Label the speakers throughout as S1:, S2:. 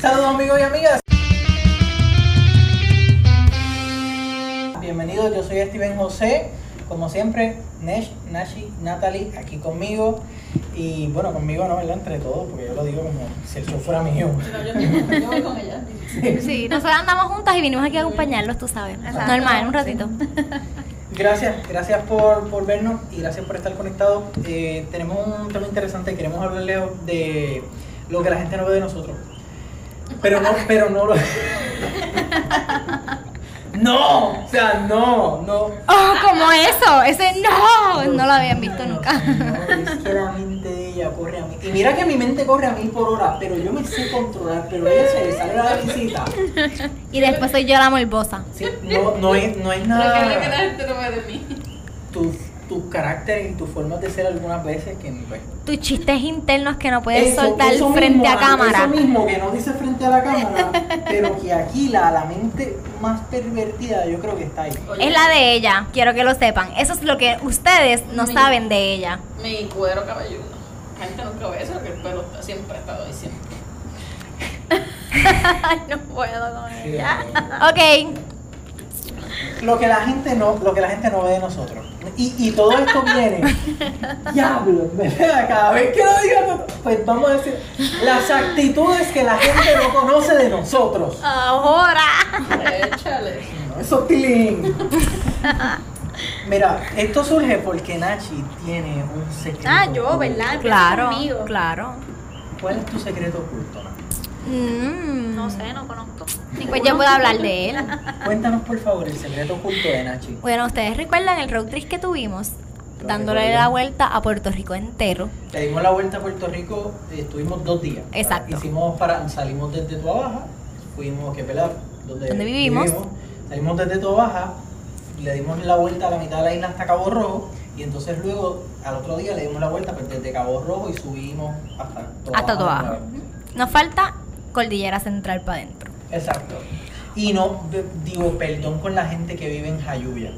S1: Saludos amigos y amigas. Bienvenidos, yo soy Steven José. Como siempre, Nesh, Nashi, Natalie, aquí conmigo. Y bueno, conmigo no, ¿verdad? Entre todos, porque yo lo digo como si el show fuera mío.
S2: Pero yo, mismo, yo voy con ella.
S3: Sí, nosotros andamos juntas y vinimos aquí a acompañarlos, tú sabes.
S2: Exacto.
S3: Normal, un ratito.
S1: Gracias, gracias por, por vernos y gracias por estar conectados. Eh, tenemos un tema interesante, queremos hablarles de lo que la gente no ve de nosotros. Pero no, pero no lo... No, o sea, no, no.
S3: Oh, como eso, ese no, no lo habían visto
S1: Dios
S3: nunca.
S1: mío, Es que la mente de ella corre a mí. Y mira que mi mente corre a mí por hora, pero yo me sé controlar, pero ella se le sale la visita.
S3: Y después soy yo la morbosa.
S1: Sí, no, no es, no es
S2: Pero que que la
S1: nada.
S2: gente no ve de mí.
S1: Tus tus caracteres y tus formas de ser algunas veces que pues,
S3: Tus chistes internos que no puedes
S1: Eso-
S3: soltar
S1: eso
S3: frente
S1: mismo,
S3: a cámara.
S1: Eso mismo que no dice frente a la cámara, pero que aquí la, la mente más pervertida yo creo que está ahí.
S2: Oye,
S3: Es la de ella, quiero que lo sepan. Eso es lo que ustedes no
S2: Sí.
S3: saben de ella.
S2: Mi cuero cabelludo. La gente nunca ve eso, que el pelo está- siempre ha estado ahí, siempre.
S3: Ay, no puedo con
S1: Sí,
S3: Ok,
S1: Lo que la gente no, lo que la gente no ve de nosotros. Y, y todo esto viene. Diablo, ¿verdad? cada vez que lo digo, pues vamos a decir las actitudes que la gente no conoce de nosotros.
S4: Ah.
S3: ahora.
S2: Échale.
S1: No, Eso tilín. Mira, esto surge porque Nachi tiene un secreto.
S4: Ah, yo,
S1: oculto.
S4: ¿verdad?
S3: Claro,
S4: Conmigo.
S3: claro.
S1: ¿Cuál es tu secreto oculto, Nachi?
S3: Mm.
S4: No sé, no conozco.
S3: Pues yo puedo hablar de él.
S1: Cuéntanos por favor el secreto oculto de Nachi.
S3: Bueno, ustedes recuerdan el road trip que tuvimos
S1: Lo
S3: dándole
S1: recuerdo.
S3: la vuelta a Puerto Rico entero.
S1: Le dimos la vuelta a Puerto Rico, eh, estuvimos dos días.
S3: Exacto.
S1: Hicimos para, salimos desde Tua Baja, fuimos que pelar, donde,
S3: Donde vivimos.
S1: Salimos desde Tua Baja, le dimos la vuelta a la mitad de la isla hasta Cabo Rojo, y entonces luego al otro día le dimos la vuelta pues, desde Cabo Rojo y subimos hasta Toa
S3: Hasta Toa
S1: otra
S3: Baja.
S1: vez.
S3: Nos falta Cordillera Central para adentro.
S1: Exacto. Y no, de- digo, perdón con la gente que vive en Jayuya,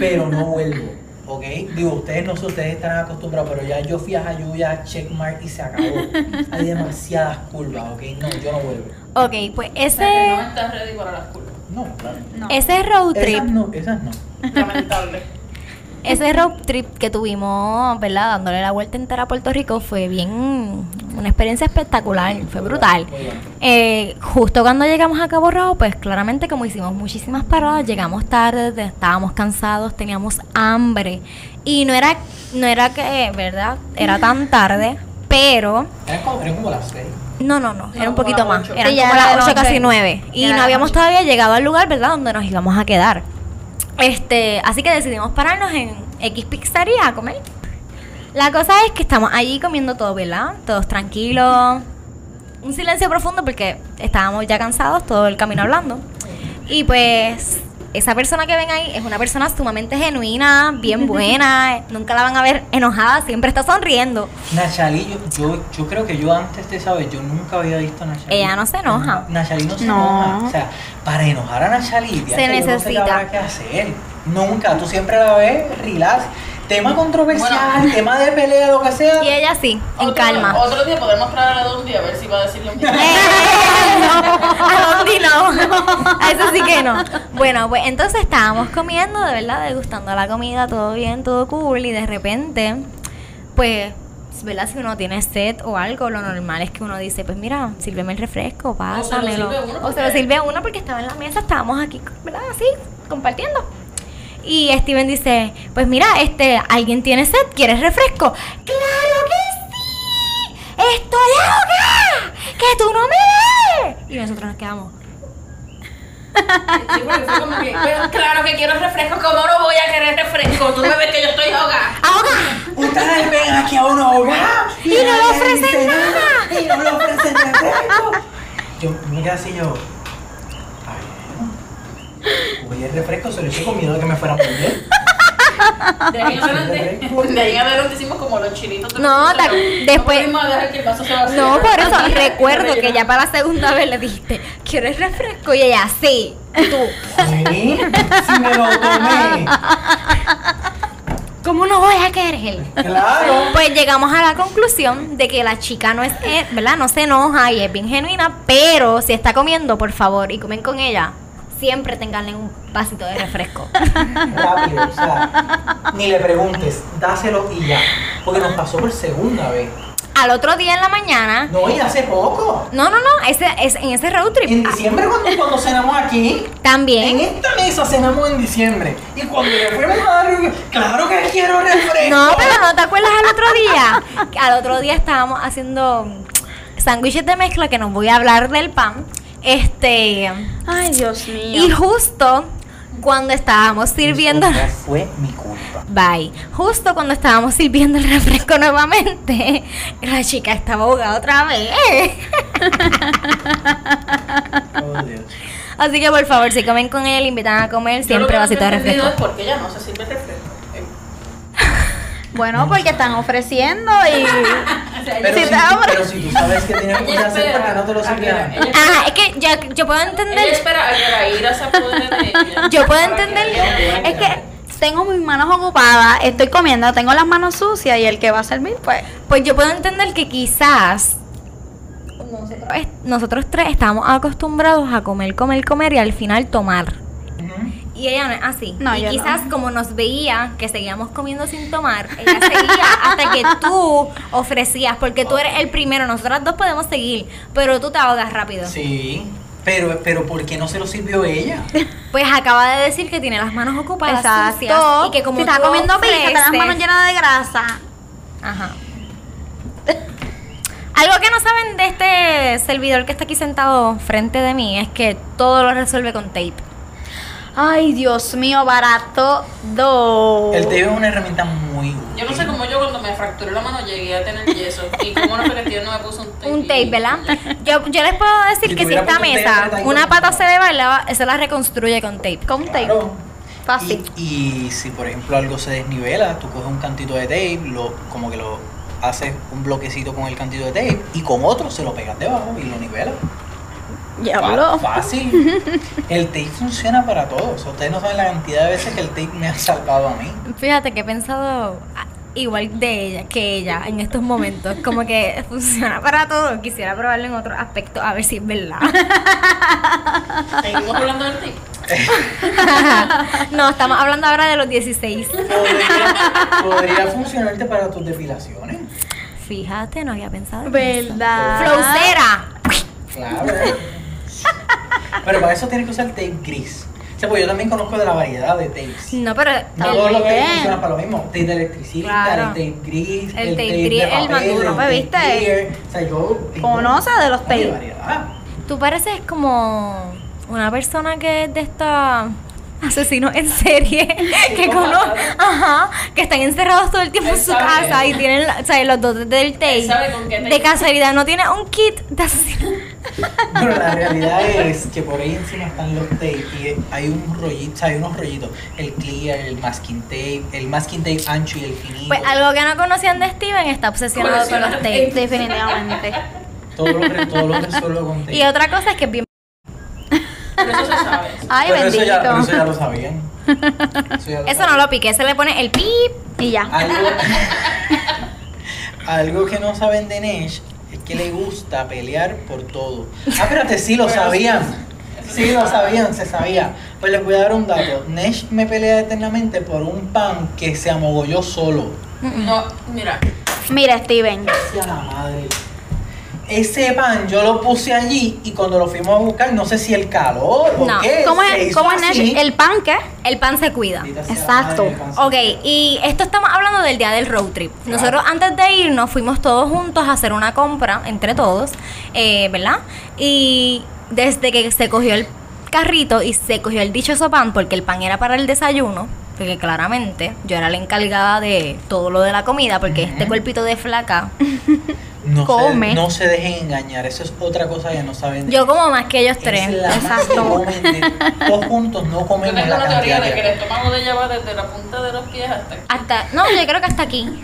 S1: pero no vuelvo, ¿ok? Digo, ustedes no sé, ustedes están acostumbrados, pero ya yo fui a Jayuya, checkmark y se acabó. Hay demasiadas curvas, ¿ok? No, yo no vuelvo.
S3: Ok, pues
S2: O sea, que
S3: ese,
S2: no estás ready para las curvas.
S1: No, claro.
S4: No.
S3: ese road trip,
S1: Esas no, esas no.
S2: Lamentable.
S3: ese road trip que tuvimos, ¿verdad? Dándole la vuelta entera a Puerto Rico fue bien, una experiencia espectacular, fue brutal.
S1: Muy bueno.
S3: Eh, justo cuando llegamos a Cabo Rojo, pues claramente como hicimos muchísimas paradas, llegamos tarde, te- estábamos cansados, teníamos hambre. Y no era, no era que, ¿verdad? Era tan tarde, pero...
S1: Eran como, eran como las seis.
S3: No, no, no, era un poquito más.
S2: ocho.
S3: Eran
S4: Sí, ya
S3: como
S4: era
S3: las
S4: la
S3: 8, casi
S4: noche.
S3: 9.
S4: Ya
S3: Y
S4: era
S3: no
S4: la
S3: habíamos
S4: noche.
S3: todavía llegado al lugar, ¿verdad?, donde nos íbamos a quedar. Este, así que decidimos pararnos en X pizzería a comer. La cosa es que estamos allí comiendo todo, ¿verdad? Todos tranquilos. Un silencio profundo porque estábamos ya cansados todo el camino hablando. Y pues esa persona que ven ahí es una persona sumamente genuina, bien buena, nunca la van a ver enojada, siempre está sonriendo.
S1: Nachalí, yo, yo, yo creo que yo antes de saber, yo nunca había visto a Nachalí.
S3: Ella no se enoja.
S1: Nachalí no se
S4: No.
S1: enoja. O sea, para enojar a Nachalí, diache, yo No sé qué
S3: necesita.
S1: habrá que hacer. Nunca, tú siempre la ves, relax. Tema controversial, tema de pelea, lo que sea.
S3: Y ella sí, en
S2: Otro-
S3: calma.
S2: Otro día podemos traer a la un día a ver si va a decirle un día.
S3: Eh, no, a Dondi no. A eso sí que no. Bueno, pues entonces estábamos comiendo, de verdad, degustando la comida, todo bien, todo cool, y de repente, pues, ¿verdad? Si uno tiene sed o algo, lo normal es que uno dice, pues mira, sírveme el refresco, pásamelo.
S2: sirve uno
S3: O se lo
S2: porque-
S3: sirve a uno porque estaba en la mesa, estábamos aquí, ¿verdad? Así, compartiendo. Y Steven dice, pues mira, este, ¿alguien tiene sed? ¿Quieres refresco? ¡Claro que sí! ¡Estoy ahogada! ¡Que tú no me ves! Y nosotros nos quedamos.
S2: Sí, porque fue como que, pero claro que quiero refresco, ¿cómo no voy a querer refresco? Tú me ves que yo estoy ahogada.
S3: ¡Ahogada!
S1: Ustedes ven aquí a uno hogar
S3: Y no le
S1: nadie
S3: ofrecen
S1: dice
S3: nada.
S1: Y no le ofrecen refresco. Yo, mira así yo. Ay, Oye, el refresco se lo eché con miedo de que me fuera a perder.
S2: De ahí en adelante, de ahí en adelante hicimos como los chilitos. de
S3: No,
S2: nosotros.
S3: ta-
S2: No
S3: después-
S2: pudimos dejar que el vaso se vaciara.
S3: No, por eso
S2: Así
S3: recuerdo que
S2: rellenar.
S3: ya para la segunda vez le dijiste, ¿quieres refresco? Y ella, sí. Y tú,
S1: Sí, sí me lo tomé.
S3: ¿Cómo no voy a querer?
S1: Claro.
S3: Pues llegamos a la conclusión de que la chica no es, eh, ¿verdad? No se enoja y es bien genuina, pero si está comiendo, por favor, y comen con ella, siempre tenganle un vasito de refresco.
S1: rápido, o sea, ni le preguntes, dáselo y ya. Porque nos pasó por segunda vez.
S3: Al otro día en la mañana,
S1: No, y hace poco.
S3: no, no, no, ese, es en ese road
S1: En
S3: trip
S1: diciembre cuando, cuando cenamos aquí, en
S3: también.
S1: esta mesa cenamos en diciembre. Y cuando le fuimos a dar, claro que quiero refresco.
S3: No, pero no te acuerdas al otro día. Que Al otro día estábamos haciendo mm, sándwiches de mezcla, que no voy a hablar del pan. Este,
S2: Ay, Dios mío.
S3: y justo cuando estábamos sirviendo...
S1: Ya fue mi culpa.
S3: Bye. Justo cuando estábamos sirviendo el refresco nuevamente, la chica estaba ahogada otra vez.
S1: Oh, Dios.
S3: Así que por favor, si comen con él, invitan a comer siempre vasito de refresco.
S2: Es porque ella no se sirve refresco. Eh,
S4: Bueno, porque están ofreciendo y
S2: o sea,
S1: Pero,
S4: Sí,
S1: si,
S4: te abro.
S1: pero si tú sabes que tienes que
S2: Ella
S1: hacer, ¿por qué
S2: espera.
S1: no te lo
S2: Ah, mira,
S1: sirvieron?
S2: ella-
S3: Ajá, es que yo, yo puedo
S2: Ella
S3: entender.
S2: espera a que la ira se apodere de ella.
S3: Yo puedo
S2: Para que ella
S3: entender.
S2: vea.
S4: es que tengo mis manos ocupadas, estoy comiendo, tengo las manos sucias y el que va a servir, pues.
S3: Pues yo puedo entender que quizás nosotros, nosotros tres estamos acostumbrados a comer, comer, comer y al final tomar.
S1: Ujú.
S3: Y ella no es así.
S4: No,
S3: y
S4: yo no.
S3: quizás como nos veía que seguíamos comiendo sin tomar, ella seguía hasta que tú ofrecías, porque tú eres el primero, nosotras dos podemos seguir, pero tú te ahogas rápido.
S1: Sí, pero, pero ¿por qué no se lo sirvió ella?
S3: Pues acaba de decir que tiene las manos ocupadas sucias y que como
S4: si estás
S3: tú
S4: comiendo pizza, te las
S3: ofreces-
S4: manos llenas de grasa.
S3: Ajá. Algo que no saben de este servidor que está aquí sentado frente de mí es que todo lo resuelve con tape.
S4: Ay, Dios mío, barato todo.
S1: El teo es una herramienta muy útil.
S2: Yo no sé cómo yo cuando me fracturé la mano llegué a tener yeso. Y cómo no fue que el tío no me puso un tape.
S3: Un tape, ¿verdad? Yo, yo les puedo
S1: Si
S3: decir que si
S1: tuviera
S3: esta
S1: puesto un tape
S3: mesa,
S1: apretadito,
S3: una
S1: no.
S3: pata se le bailaba, se la reconstruye con tape.
S4: Con tape.
S1: Claro.
S4: Fácil.
S1: Y, y si por ejemplo algo se desnivela, tú coges un cantito de tape, lo, como que lo haces un bloquecito con el cantito de tape y con otro se lo pegas debajo y lo nivelas.
S4: Ya
S1: Fa-
S4: habló.
S1: Fácil. El tape funciona para todos. ustedes no saben la cantidad de veces que el tape me ha salvado a mí.
S3: Fíjate que he pensado ah, igual de ella que ella en estos momentos. Como que funciona para todo. Quisiera probarlo en otro aspecto, a ver si es verdad.
S2: Seguimos hablando del tape.
S3: no, estamos hablando ahora de los 16.
S1: Podría, podría funcionarte para tus depilaciones.
S3: Fíjate, no había pensado. en eso.
S4: ¿Verdad?
S3: Flowcera.
S1: Claro. Pero para eso tienes que usar tape gris. O sea, pues yo también conozco de la variedad de tapes.
S3: No, pero.
S1: No todos los tapes
S4: También.
S1: funcionan para lo mismo. Tape de electricidad,
S3: Claro.
S1: el tape gris,
S3: El tape gris, el
S1: papel,
S3: maduro,
S1: el
S4: pues,
S1: tape
S4: ¿viste?
S1: clear. O sea, yo tengo-
S4: Conoce de los
S1: Hay
S4: tapes.
S1: variedad.
S3: Tú pareces como una persona que es de esta asesinos en serie que cono
S2: Psicópata.
S3: ajá que están encerrados todo el tiempo en su
S2: Él sabe.
S3: casa y tienen la- o sea, los dotes del tape
S2: Él sabe con qué
S3: de
S2: tape.
S3: casualidad no tiene un kit de asesino
S1: Pero la realidad es que por ahí encima están los tapes y hay un rollito, o sea, hay unos rollitos, el clear, el masking tape, el masking tape ancho y el finito.
S3: pues algo que no conocían de Steven está obsesionado con los
S2: Obsesionado.
S3: tapes
S4: Definitivamente.
S1: Todo lo que todo lo que solo con tape.
S3: y otra cosa es que es bien
S2: Pero eso se sabe.
S4: Ay,
S1: Pero eso
S4: bendito.
S1: ya, pero eso ya lo sabían. Eso, ya lo
S3: eso no
S1: sabían.
S3: lo pique se le pone el pip
S4: Y ya.
S1: Algo, algo que no saben de Nesh es que le gusta pelear por todo. Ah, espérate, sí lo
S2: Pero
S1: sabían. Sí lo sabían, se sabía. Pues les voy a dar un dato. Nesh me pelea eternamente por un pan que se amogolló solo.
S2: No, mira.
S4: Mira, Steven.
S1: Hacia la madre. Ese pan yo lo puse allí y cuando lo fuimos a buscar, no sé si el calor o
S3: No,
S1: qué.
S4: ¿Cómo
S1: se
S4: es,
S1: hizo
S4: cómo es
S1: así.
S4: Nash? ¿El pan qué?
S3: el pan se cuida
S1: Maldita sea la
S4: Exacto.
S1: madre, el pan se-
S3: Ok, y esto estamos hablando del día del road trip. Nosotros antes de irnos fuimos todos juntos a hacer una compra entre todos, eh, ¿verdad? Y desde que se cogió el carrito y se cogió el dichoso pan, porque el pan era para el desayuno, porque claramente yo era la encargada de todo lo de la comida, porque este cuerpito de flaca,
S1: No,
S4: Come.
S1: Se, no se dejen engañar, eso es otra cosa que no saben de
S3: yo como más que ellos tres.
S1: Es la más que comen de- todos juntos no
S2: Yo
S1: comemos
S2: tengo
S1: la
S2: la teoría
S1: cantidad
S2: de que el
S1: que
S2: estómago de ella va desde la punta de los pies hasta aquí.
S3: Hasta, no, yo creo que hasta aquí.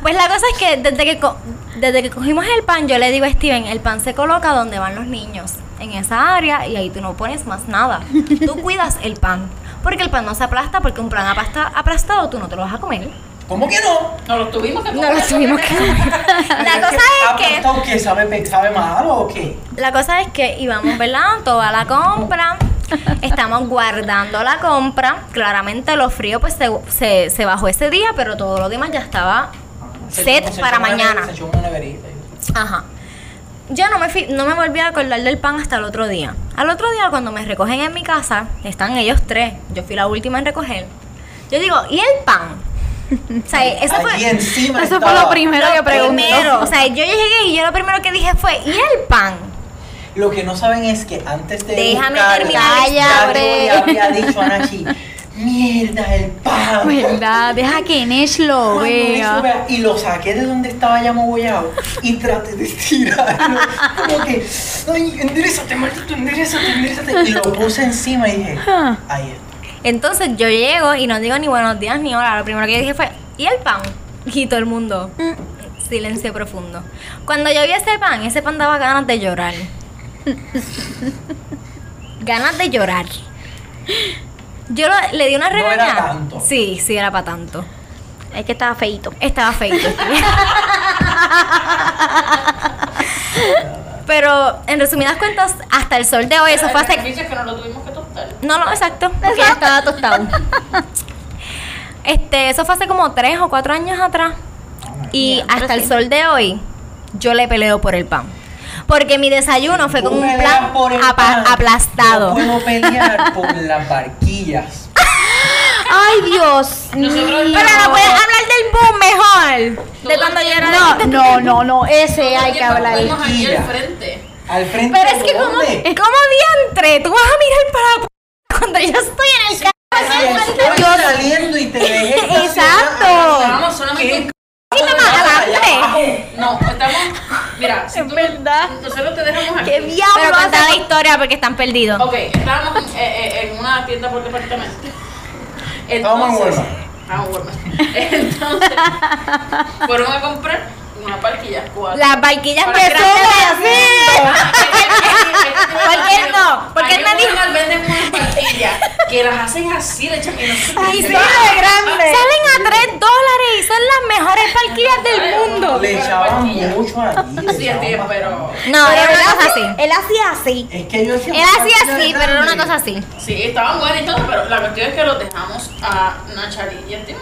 S3: Pues la cosa es que desde que, co- desde que cogimos el pan, yo le digo a Steven, el pan se coloca donde van los niños, en esa área, y ahí tú no pones más nada. Tú cuidas el pan. Porque el pan no se aplasta, porque un pan aplasta, aplastado tú no te lo vas a comer.
S1: ¿Cómo que no?
S2: No lo tuvimos que
S3: No lo tuvimos que comer. La cosa es que...
S1: ¿Aplastado qué? ¿Sabe, pe- sabe mal o qué?
S3: La cosa es que íbamos, ¿verdad? Toda la compra. Estamos guardando la compra. Claramente lo frío pues se, se- se bajó ese día, pero todo lo demás ya estaba
S1: Se-
S3: set
S1: se
S3: para
S1: echó una-
S3: mañana.
S1: Se echó una neverita.
S3: Ajá. Yo no me, fi- no me volví a acordar del pan hasta el otro día. Al otro día, cuando me recogen en mi casa, están ellos tres. Yo fui la última en recoger. Yo digo, ¿y el pan? O sea, eso fue.
S1: Allí encima
S4: Eso fue
S1: estaba.
S4: lo primero que pregunté.
S3: primero. O sea, yo llegué y yo lo primero que dije fue, ¿y el pan?
S1: Lo que no saben es que antes de
S3: Déjame
S1: buscar,
S3: terminar
S4: la
S1: ya
S4: historia.
S1: yo le había dicho a Nachi, mierda, el pan.
S4: ¿Verdad? Deja que Nesh lo
S1: Cuando eso
S4: vea.
S1: vea- Y lo saqué de donde estaba ya mogollado y traté de estirarlo. Como que, ay, enderezate, maldito, enderezate, enderezate. Y lo puse encima y dije,
S4: Ah.
S1: ahí está.
S3: Entonces yo llego y no digo ni buenos días ni hola. Lo primero que yo dije fue, ¿y el pan? Y todo el mundo, silencio profundo. Cuando yo vi ese pan, ese pan daba ganas de llorar. ganas de llorar. Yo lo- le di una
S1: No era
S3: regañada.
S1: tanto.
S3: Sí, sí, era para tanto.
S4: Es que estaba feito.
S3: Estaba feito. Pero en resumidas cuentas, hasta el sol de hoy, eso fue hace
S2: Es que no lo tuvimos que tostar.
S3: no, no, exacto. Porque ya estaba tostado. Este, eso fue hace como tres o cuatro años atrás. Y
S4: Ya, pero
S3: hasta el
S4: sí.
S3: sol de hoy, yo le peleo por el pan. Porque mi desayuno fue con
S1: Tú
S3: un
S1: peleas
S3: plan
S1: por el
S3: apa-
S1: pan,
S3: aplastado.
S1: Yo puedo pelear por las barquillas.
S4: ¡Ay, Dios!
S2: Nosotros
S4: mío.
S3: Pero no puedes hablar del boom mejor. De
S2: Todo
S3: cuando yo era
S4: No,
S3: de-
S4: no, no, no, ese hay que
S2: Oye,
S4: hablar.
S2: nos fuimos allí
S1: Mira.
S2: al frente.
S1: Al frente
S3: Pero es que
S1: de
S3: como,
S1: dónde?
S3: como diantre, tú vas a mirar para la p- cuando yo estoy en el carro.
S1: Si estoy saliendo y te dejé estacionada.
S2: Estábamos solamente en
S3: Sí, mamá, adelante.
S2: No, estamos. Mira, si
S4: Es
S2: tú-
S4: verdad.
S2: Nosotros te dejamos aquí.
S4: ¡Qué diablo!
S3: Pero
S4: hace-
S3: contá la historia porque están perdidos.
S2: Ok, estábamos en, eh, eh, en una tienda por departamento.
S1: Estábamos en
S2: Entonces-
S1: Walmart.
S2: Estábamos en Walmart. Entonces, fueron a comprar una parquilla. Cuatro.
S3: Las barquillas
S2: Para
S3: me
S2: que-
S3: suben así.
S2: ¿Por
S3: ¿Por qué no? ¿Por qué
S2: Hay
S3: me dijo?
S2: unas venden unas pastillas que las hacen así, le echan y no se
S3: Ay,
S2: pican.
S3: sí, Salen a 3 dólares y son las mejores parquillas del mundo.
S1: Le echaban mucho allí. le
S2: Sí,
S1: echaban
S2: sí,
S1: bastante.
S2: pero.
S3: No,
S4: Pero
S3: era
S4: él
S3: una cosa así.
S4: hacía- Él hacía así.
S1: Es que yo decía,
S3: Era así,
S1: "Mira,
S3: así,
S1: mira,
S3: pero era una
S1: grande".
S3: cosa así.
S2: Sí, estaban buenas y todo, pero la cuestión es que los dejamos a Nachari y a Timmy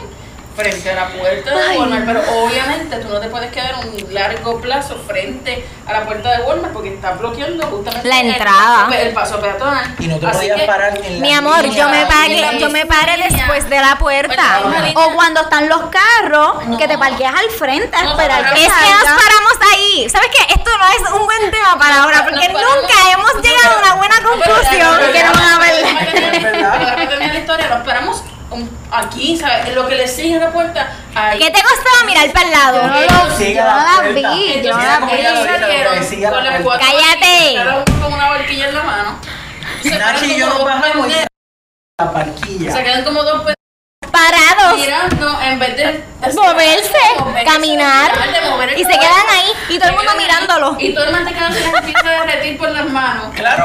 S2: frente a la puerta de
S4: Ay.
S2: Walmart. Pero obviamente tú no te puedes quedar un largo plazo frente a la puerta de Walmart porque está bloqueando justamente
S3: La
S2: el-
S3: entrada.
S2: El, paso peatonal.
S1: Y no te
S2: Así
S1: podías
S2: que-
S1: parar en la
S3: Mi amor,
S1: línea.
S3: yo me paré,
S2: Mira,
S3: yo me paré
S2: mira.
S3: después de la puerta.
S2: Bueno,
S4: O cuando están los carros, que te parqueas al frente a
S2: No,
S4: esperar
S2: no,
S4: que
S3: Es que nos
S4: salga.
S3: paramos ahí. ¿Sabes qué? Esto no es un buen tema para ahora porque
S2: Nos paramos.
S3: nunca hemos llegado a una buena conclusión.
S4: porque no van a ver.
S1: Es verdad.
S2: Para terminar la historia, nos paramos un- aquí, ¿sabes? En Lo que le sigue a la puerta, ahí.
S3: ¿Qué te costaba mirar para el
S4: Yo
S3: lado?
S4: no
S2: Ellos
S4: lo- yo
S1: siguen
S4: no
S1: la
S4: la
S1: puerta.
S4: vi, yo
S2: Entonces,
S4: no
S1: Mira
S4: la
S1: cómo
S4: vi.
S1: ella
S2: ellos salieron
S1: Siga la
S2: con las
S1: puerta.
S2: cuatro
S3: ¡Cállate!
S2: cada uno con una barquilla en la mano. Se
S1: Nachi y yo
S2: pararon
S1: nos
S2: como
S1: bajamos y
S2: dos
S1: la
S2: pendejos, Se
S1: parquilla.
S2: quedan como dos pendejos
S3: Parados.
S2: mirando en vez de hacer-
S3: Moverse, caminar,
S2: de mover el
S3: y se
S2: cuerpo.
S3: quedan ahí, y todo el
S2: Se
S3: mundo
S2: quedan ahí,
S3: mirándolo.
S2: Y todo el mundo quedándose las pinzas de retín por las manos.
S1: Claro.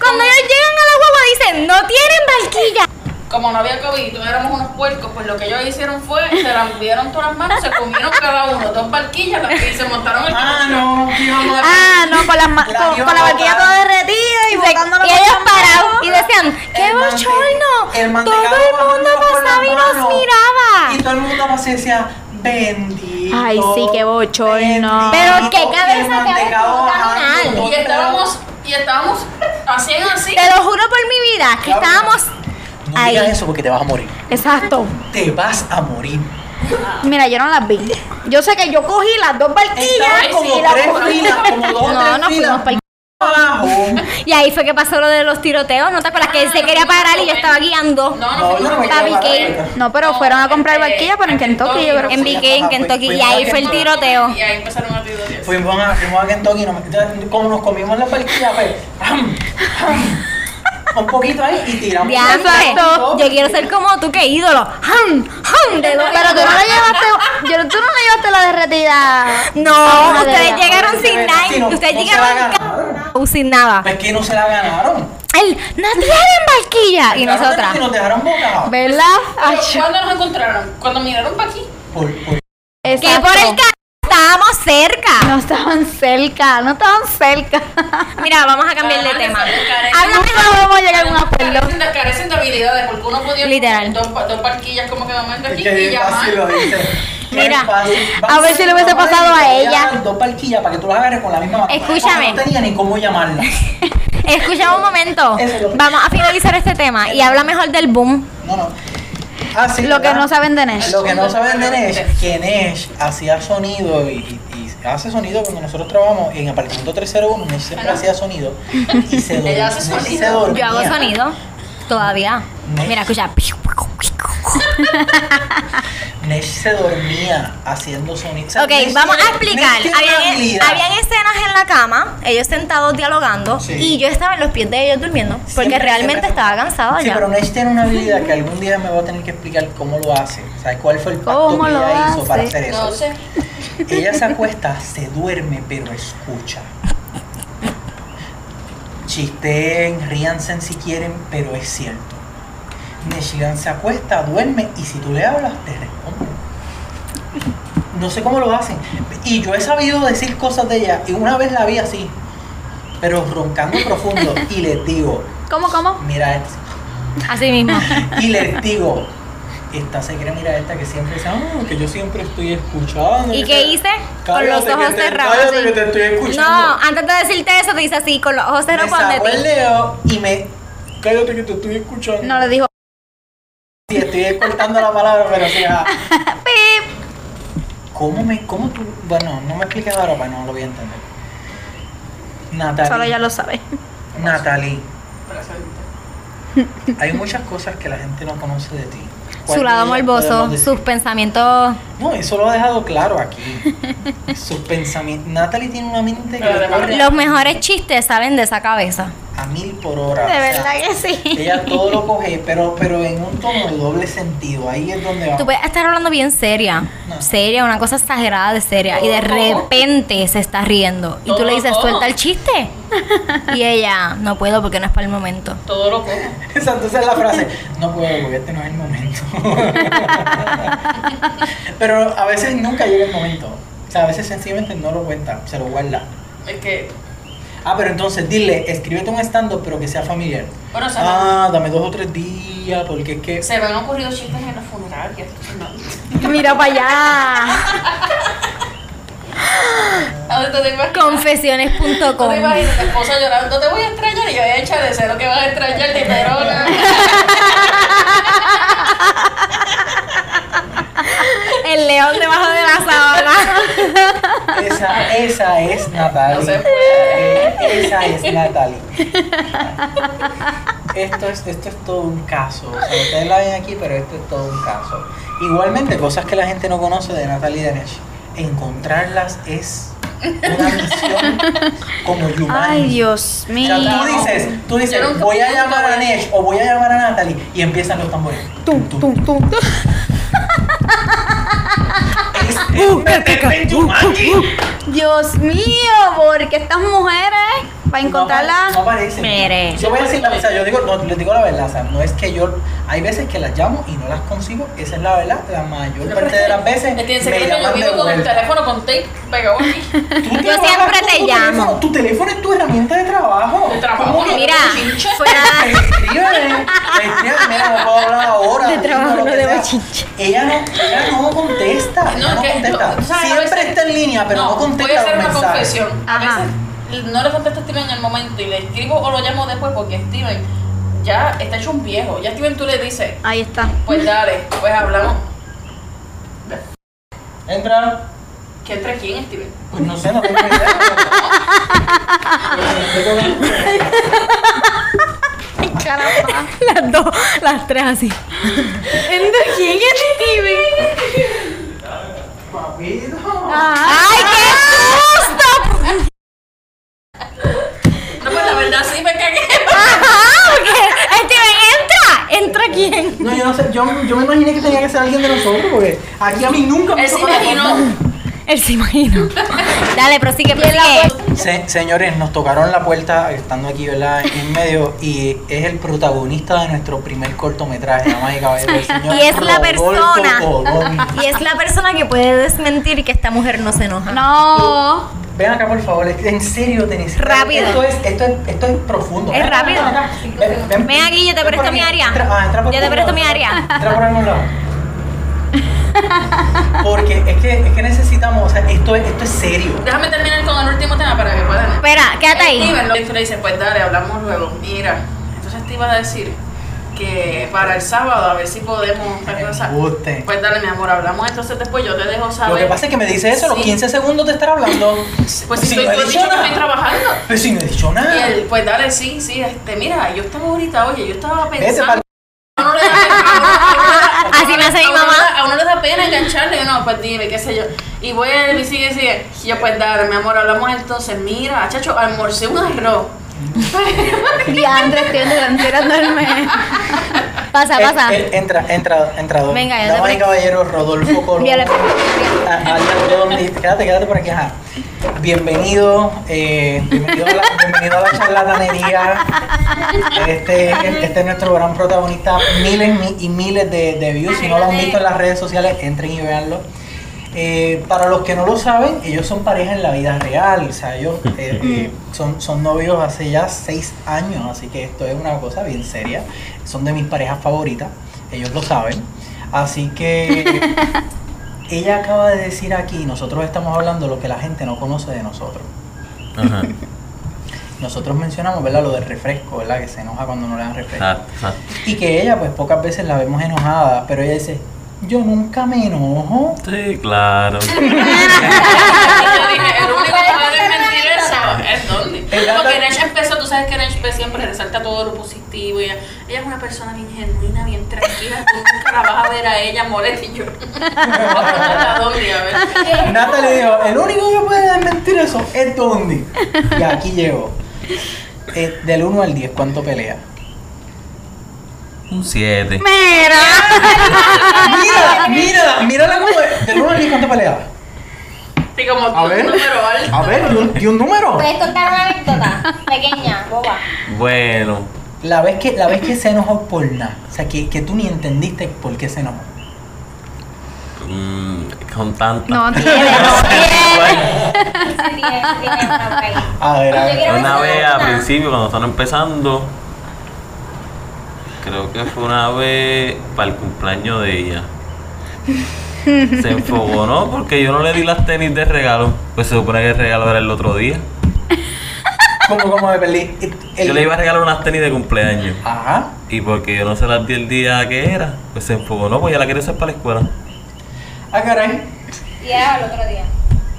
S3: Cuando ellos llegan a la guagua dicen, no tienen barquilla.
S2: Como no había COVID y todos éramos unos puercos, pues lo que ellos hicieron fue, se las movieron todas las manos, se comieron cada uno dos barquillas y se montaron el
S1: Ah, no, qué mamá.
S4: Ah, no, con, las ma-
S1: La
S4: con,
S1: vio
S4: con la barquilla
S1: botar.
S4: toda derretida y,
S3: Y, se-
S4: botándolo
S3: y
S4: por
S3: ellos
S4: la mano.
S3: parados y decían, ¡qué
S1: El mante- el
S3: bochorno! Todo
S1: mantecado
S3: el mundo
S1: bajando por
S3: pasaba
S1: la
S3: y nos
S1: mano. Y
S3: miraba.
S1: todo el mundo más decía, bendito.
S4: Ay, sí, qué bochorno.
S1: bendito,
S3: Pero qué
S1: el
S3: cabeza te
S1: mantecado
S3: va a explotar
S1: bajando,
S3: mal.
S2: Y
S1: otra.
S2: estábamos, y estábamos haciendo así.
S3: Te lo juro por mi vida, que
S1: Claro.
S3: estábamos
S1: No
S3: ahí.
S1: digas eso porque te vas a morir.
S4: Exacto.
S1: Te vas a morir.
S4: Mira, yo no las vi. Yo sé que yo cogí las dos barquillas
S1: Estaban como
S4: y las
S1: tres
S4: cogí.
S1: filas, como dos o
S3: No,
S1: tres
S3: no
S1: filas
S3: fuimos pa'l-
S1: abajo.
S3: Y ahí fue que pasó lo de los tiroteos, ¿no te acuerdas? Que él se quería parar y yo estaba
S2: No,
S3: guiando.
S1: No,
S2: no,
S1: yo no me
S3: Papi,
S1: quiero parar.
S3: ¿qué?
S4: No, pero fueron a comprar
S2: este,
S4: barquillas, pero en Kentucky yo creo
S3: En
S4: que
S3: Big en Kentucky. Y ahí fue el tiroteo.
S2: Y ahí empezaron a tirotear.
S1: Fuimos a, fuimos a Kentucky, nos- entonces, como nos comimos la parquilla, pues, ¡am! ¡am! un poquito ahí y tiramos.
S3: Diantre,
S4: Exacto.
S3: yo quiero ser como tú, que ídolo. ¡Ham! ¡Ham! De dos-
S4: Pero tú no la llevaste, yo, tú no la llevaste la derretida.
S3: No,
S4: Ah,
S3: ustedes
S4: de-
S3: llegaron sin
S1: Sí,
S3: nada.
S1: no,
S3: Ustedes
S1: no se va a
S3: llegaron
S1: ganar.
S3: shampoo, sin nada.
S1: Pues que no se la ganaron.
S3: Él, Natalia en barquilla. Y
S1: Claro, Y nos
S3: nosotras.
S1: dejaron boca abajo.
S4: ¿Verdad?
S2: Pero,
S4: Acho.
S2: ¿Cuándo nos encontraron? Cuando miraron para aquí.
S1: Por, por-
S3: Que
S4: Exacto.
S3: por el ca estábamos cerca.
S4: No estaban cerca, no estaban cerca.
S3: Mira, vamos a cambiar de
S2: Carecen-
S3: tema.
S2: carecen-
S3: Háblame
S4: Nunca vamos a llegar a un acuerdo.
S2: Carecen de, carecen de habilidades porque uno podía
S3: Literal.
S2: dos, pa- dos parquillas como que vamos de
S1: es
S2: aquí
S1: que
S2: y
S1: bien fácil lo
S2: llamar.
S1: dice. Qué
S3: Mira,
S1: fácil.
S4: a ver si le hubiese
S1: Vamos a
S4: pasado a
S1: dedicarle
S4: ella.
S1: las Dos parquillas para que tú las agarres con la misma mano.
S3: Escúchame.
S1: Porque No tenía ni cómo llamarla.
S3: Escucha un momento.
S1: Eso.
S3: Vamos a finalizar este tema y habla mejor del boom.
S1: No, no. Ah, sí,
S4: Lo que
S1: ¿verdad?
S4: no saben de Nesh.
S1: Lo que no saben de Nesh, que Nesh hacía sonido y, y- y hace sonido cuando nosotros trabajamos en apartamento 301, Nesh siempre
S2: Ajá.
S1: hacía sonido y se dormía.
S2: Ella hace
S1: Nesh
S2: sonido.
S1: se
S3: Yo hago
S1: dormía.
S3: sonido todavía. Mira, escucha.
S1: Nesh se dormía haciendo sonido. O sea,
S3: Ok,
S1: Nesh
S3: vamos a
S1: tiene-
S3: explicar.
S1: Nesh tiene una
S3: Habían, e-
S1: habilidad.
S3: habían escenas en la cama, ellos sentados dialogando
S1: Sí.
S3: y yo estaba en los pies de ellos durmiendo porque
S1: Siempre-
S3: realmente
S1: siempre-
S3: estaba cansada
S1: Sí,
S3: ya.
S1: pero Nesh tiene una habilidad que algún día me va a tener que explicar cómo lo hace. O sea, cuál fue el pacto
S4: ¿Cómo
S1: que
S4: lo
S1: ella hizo
S4: hace?
S1: para hacer eso.
S2: No sé.
S1: Ella se acuesta, se duerme, pero escucha. Chisteen, ríanse si quieren, pero es cierto. Neshigan se acuesta, duerme y si tú le hablas, te responde. No sé cómo lo hacen. Y yo he sabido decir cosas de ella y una vez la vi así, pero roncando profundo y les digo,
S4: ¿Cómo, cómo?
S1: mira, esto
S3: Así mismo.
S1: y les digo, esta se cree, mira esta que siempre dice, "Ah, que yo siempre estoy escuchando.
S3: ¿Y qué hice? Con
S1: Cállate
S3: los
S1: que
S3: ojos
S1: te-
S3: cerrados.
S1: cállate
S3: sí.
S1: que te estoy escuchando.
S3: No, antes de decirte eso, te hice así, con los ojos cerrados
S1: Me
S3: cuando
S1: sacó el
S3: te...
S1: dedo y me, cállate que te estoy escuchando.
S4: No le dijo.
S1: Sí, estoy cortando la palabra, pero o sea,
S4: Pip.
S1: ¿cómo me, cómo tú, bueno, no me expliques ahora, pues no lo voy a entender. Natalie,
S4: Solo ya lo sabe.
S1: Natalie,
S2: Presente.
S1: hay muchas cosas que la gente no conoce de ti. ¿Cuál
S3: Su
S1: de
S3: lado
S1: ellas podemos
S3: morboso,
S1: decir?
S3: sus pensamientos...
S1: No, eso lo ha dejado claro aquí. Sus pensamientos. Natalie tiene una mente que
S2: Pero
S1: le
S2: de
S1: corre
S3: Los mejores chistes salen de esa cabeza.
S1: a mil por hora.
S4: De
S1: O sea,
S4: verdad que sí.
S1: Ella todo lo coge, pero, pero en un tono de doble sentido. Ahí es donde va.
S3: Tú puedes estar hablando bien seria,
S1: No.
S3: seria, una cosa exagerada de seria, y de repente se está riendo. Y tú le dices, suelta el chiste. Y ella, no puedo porque no es para el momento.
S2: Todo lo como.
S1: Esa, entonces la frase, no puedo, porque este no es el momento. pero a veces nunca llega el momento. O sea, a veces sencillamente no lo cuenta, se lo guarda.
S2: Es que,
S1: Ah, pero entonces dile, escríbete un stand-up, pero que sea familiar.
S2: bueno, o sea,
S1: Ah, dame dos o tres días, porque es que.
S2: se me han ocurrido chistes en los funerarios. No.
S4: Mira para allá.
S2: ¿A dónde te imaginas? Ah, No
S3: Confesiones.com.
S2: te imaginas tu esposa llorando, te voy a extrañar y yo "Eh, hecha de cero que vas a extrañar titerona.
S3: El león debajo de la sábana.
S1: Esa, esa es Natalie.
S2: No se
S1: Eh, esa es Natalie. Esto es, esto es todo un caso. O sea, ustedes la ven aquí, pero esto es todo un caso. Igualmente, cosas que la gente no conoce de Natalie Danesh. Encontrarlas es una misión como Yumanji.
S4: Ay, Dios
S1: O
S4: mío.
S1: sea, tú dices, tú dices,
S2: Yo nunca-
S1: voy a
S2: nunca
S1: llamar a
S2: voy a-
S1: Nesh o voy a llamar a Natalie y empiezan los tambores. Tum, tum, tum, Es, es meterme en Jumanji.
S4: Dios mío, porque estas mujeres, para encontrarlas.
S1: No, aparecen.
S3: Mire.
S1: Yo voy a decir la verdad, yo digo, no, les digo la verdad, o sea, no es que yo, hay veces que las llamo y no las consigo, esa es la verdad, la mayor parte de las veces
S2: Me
S1: me
S2: tiene secreto, yo
S1: llaman de
S2: vivo con el
S1: vuelta.
S2: teléfono con tape pegado aquí.
S1: Tú
S3: Yo
S1: trabajas
S3: siempre
S1: con
S3: te
S1: tu
S3: llamo.
S1: teléfono, Tu teléfono es tu herramienta de trabajo.
S2: De trabajo,
S1: ¿Cómo que Este,
S3: Mira,
S2: Chinche.
S3: fuera
S1: Escríbeme, escríbeme, mira, no puedo hablar ahora.
S4: De
S1: no
S4: trabajo,
S1: lo que
S4: no de
S1: sea.
S4: bochinche.
S1: Ella no, ella no contesta.
S2: No,
S1: ella No,
S2: que-
S1: contesta.
S2: yo- o sea, a
S1: Siempre
S2: veces-
S1: está en línea, Ah, pero no, contesta.
S2: Voy a hacer
S1: los
S2: una
S1: mensajes.
S2: confesión.
S4: Ajá.
S2: A veces no le contesto a Steven en el momento y le escribo o lo llamo después porque Steven ya está hecho un viejo. Ya Steven tú le dices,
S4: Ahí está.
S2: pues dale, pues hablamos.
S1: Entra.
S2: ¿Qué entre quién, Steven?
S1: Pues no sé, no tengo idea.
S3: Las dos, las tres así.
S4: quién es
S1: Papito.
S3: ¡Ay,
S4: Ah.
S3: qué susto!
S2: No, pues la verdad sí me cagué.
S3: Ajá, porque Steven, este entra. ¿Entra quién?
S1: No, yo no sé, yo, yo me imaginé que tenía que ser alguien de nosotros, porque aquí a mí nunca me
S2: Él se
S1: toca la
S2: imaginó.
S1: puerta.
S3: Él se imagina. Dale, prosigue, prosigue.
S1: Se- señores, nos tocaron la puerta estando aquí, ¿verdad? En medio y es el protagonista de nuestro primer cortometraje, damas y caballeros, el señor
S3: Y es la
S1: Rodolfo
S3: persona.
S1: Colón.
S3: Y es la persona que puede desmentir que esta mujer no se enoja.
S4: No.
S1: Ven acá, por favor, en serio, Denise.
S3: Rápido.
S1: Esto es, esto es, esto es profundo.
S3: Es
S1: Ven,
S3: rápido.
S1: ven acá.
S3: Ven aquí, yo te
S1: ven
S3: presto
S1: por
S3: mi
S1: aquí.
S3: área.
S1: Entra- ah, entra por
S3: Yo te
S1: algún lado.
S3: presto mi área.
S1: Entra por algún lado. Porque es que, es que necesitamos, o sea, esto es, esto es serio.
S2: Déjame terminar con el último tema para que puedan.
S3: Espera, quédate ahí.
S2: Steven, lo que tú le dices, pues dale, hablamos luego. Mira, entonces te iba a decir que para el sábado a ver si podemos regresar.
S1: Embuste.
S2: Pues dale, mi amor, hablamos entonces después, yo te dejo saber.
S1: Lo que pasa es que me dice eso, a los
S2: Sí.
S1: 15 segundos de estar hablando.
S2: Pues si,
S1: no he
S2: estoy, tú has
S1: dicho
S2: dicho que
S1: nada.
S2: estoy trabajando.
S1: Pero si no he dicho nada.
S2: Y él, pues dale, sí, sí, este, mira, yo estaba ahorita, oye, yo estaba
S1: Vete
S2: pensando.
S1: pa'l-
S2: a uno le da pena-
S3: Así me hace mi
S2: a uno le
S3: mamá.
S2: da- A uno le da pena engancharle, yo, no, pues dime, qué sé yo. Y voy a él y sigue, sigue. Y yo, pues dale, mi amor, hablamos entonces. Mira, chacho, almorcé un arroz.
S4: Diandre, estoy enterándome.
S3: Pasa,
S1: Eh,
S3: pasa.
S1: eh, entra, entra, entra. dos.
S3: Venga, ya te
S1: Damas y
S3: presto.
S1: caballeros, Rodolfo Colón.
S3: Viola-
S1: Ah, alias Don Lee. Quédate, quédate por aquí, ajá. Bienvenido, eh, bienvenido, a la, bienvenido a la charlatanería. Este, este es nuestro gran protagonista. Miles mi- y miles de, de views. Si no lo han visto en las redes sociales, entren y véanlo. Eh, para los que no lo saben, ellos son pareja en la vida real. O sea, ellos eh, eh, son, son novios hace ya seis años. Así que esto es una cosa bien seria. Son de mis parejas favoritas. Ellos lo saben. Así que ella acaba de decir aquí, nosotros estamos hablando lo que la gente no conoce de nosotros.
S5: Ajá.
S1: Nosotros mencionamos, ¿verdad? Lo del refresco, ¿verdad? Que se enoja cuando no le dan refresco.
S5: Exacto, exacto.
S1: Y que ella, pues pocas veces la vemos enojada, pero ella dice, yo nunca me enojo.
S5: Sí, claro.
S2: Y yo dije, el único que puede mentir eso es Donny.
S1: Exacto.
S2: Porque Nesh empezó, tú sabes que Nesh pues, siempre resalta todo lo positivo. y Ella, ella es una persona bien genuina, bien tranquila. Tú nunca la vas a ver a ella molesta y yo. Vamos a tratar a Donny, a ver.
S1: Natalie dijo, el único que puede desmentir eso es Dondi. Y aquí llego. Eh, del 1 al 10, ¿cuánto pelea?
S5: Un 7.
S4: Mira.
S1: Mírala, mírala, mírala como de- del 1 al 10, ¿cuánto pelea?
S2: Sí, como
S1: A
S2: tú,
S1: ver.
S2: número alto.
S1: A ver, di un, di un número.
S6: ¿Puedes contar una anécdota pequeña, boba?
S5: Bueno,
S1: La vez que, la vez que se enojó por nada. O sea, que, que tú ni entendiste por qué se enojó.
S5: mm, con tanta.
S4: No tiene, no tiene.
S6: Sí, tiene, tiene una por ahí.
S1: A ver, a ver.
S6: Quiero
S5: una
S6: mencionar
S5: vez al
S6: una.
S5: principio, cuando estaban empezando, creo que fue una vez para el cumpleaños de ella. Se enfogó, ¿no? Porque yo no le di las tenis de regalo. Pues se supone que el regalo era el otro día.
S1: ¿Cómo, cómo me perdí? El- Ah,
S5: Yo le iba a regalar unas tenis de cumpleaños.
S1: Ajá.
S5: Y porque yo no se las di el día que era, pues se enfogó, ¿no? Pues ya la quería usar para la escuela.
S1: Ah, caray.
S6: Y era el otro día.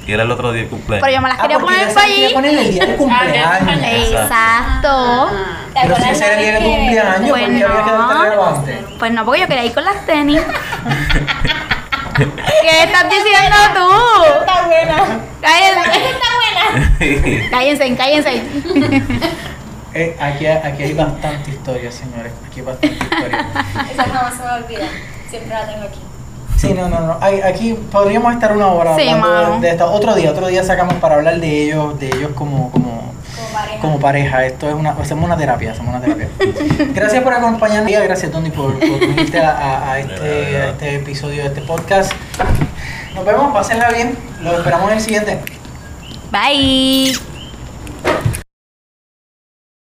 S5: Y era el otro día el
S4: Pero yo
S5: cumpleaños.
S4: me las quería
S1: ah, porque
S4: poner Ah,
S1: ya
S4: para
S1: se quería
S4: allí.
S1: poner el día de cumpleaños.
S4: Exacto.
S6: ¿Te
S1: Pero si
S6: acuerdas
S1: ese era el día
S6: la
S1: de
S6: vez que-
S1: cumpleaños, ¿por qué había
S4: Bueno.
S1: que darte el regalo antes?
S4: Pues no, porque yo quería ir con las tenis. ¿Qué estás diciendo tú?
S6: Está buena.
S4: Cállense,
S6: Está buena.
S4: cállense, cállense.
S1: Eh, aquí, aquí hay bastante historia, señores. Aquí hay bastante historia.
S6: Esa jamás se me olvida. Siempre la tengo aquí.
S1: Sí, no, no, no. Ay, Aquí podríamos estar una hora
S4: Sí,
S1: hablando de,
S4: mano.
S1: de esto. Otro día, otro día sacamos para hablar de ellos, de ellos como, como,
S6: Como pareja.
S1: como pareja. Esto es una, hacemos una terapia, hacemos una terapia. Gracias por acompañarnos, gracias Tony por, por unirte a, a- a este, a este episodio de este podcast. Nos vemos, pásenla bien, los esperamos en el siguiente.
S4: Bye.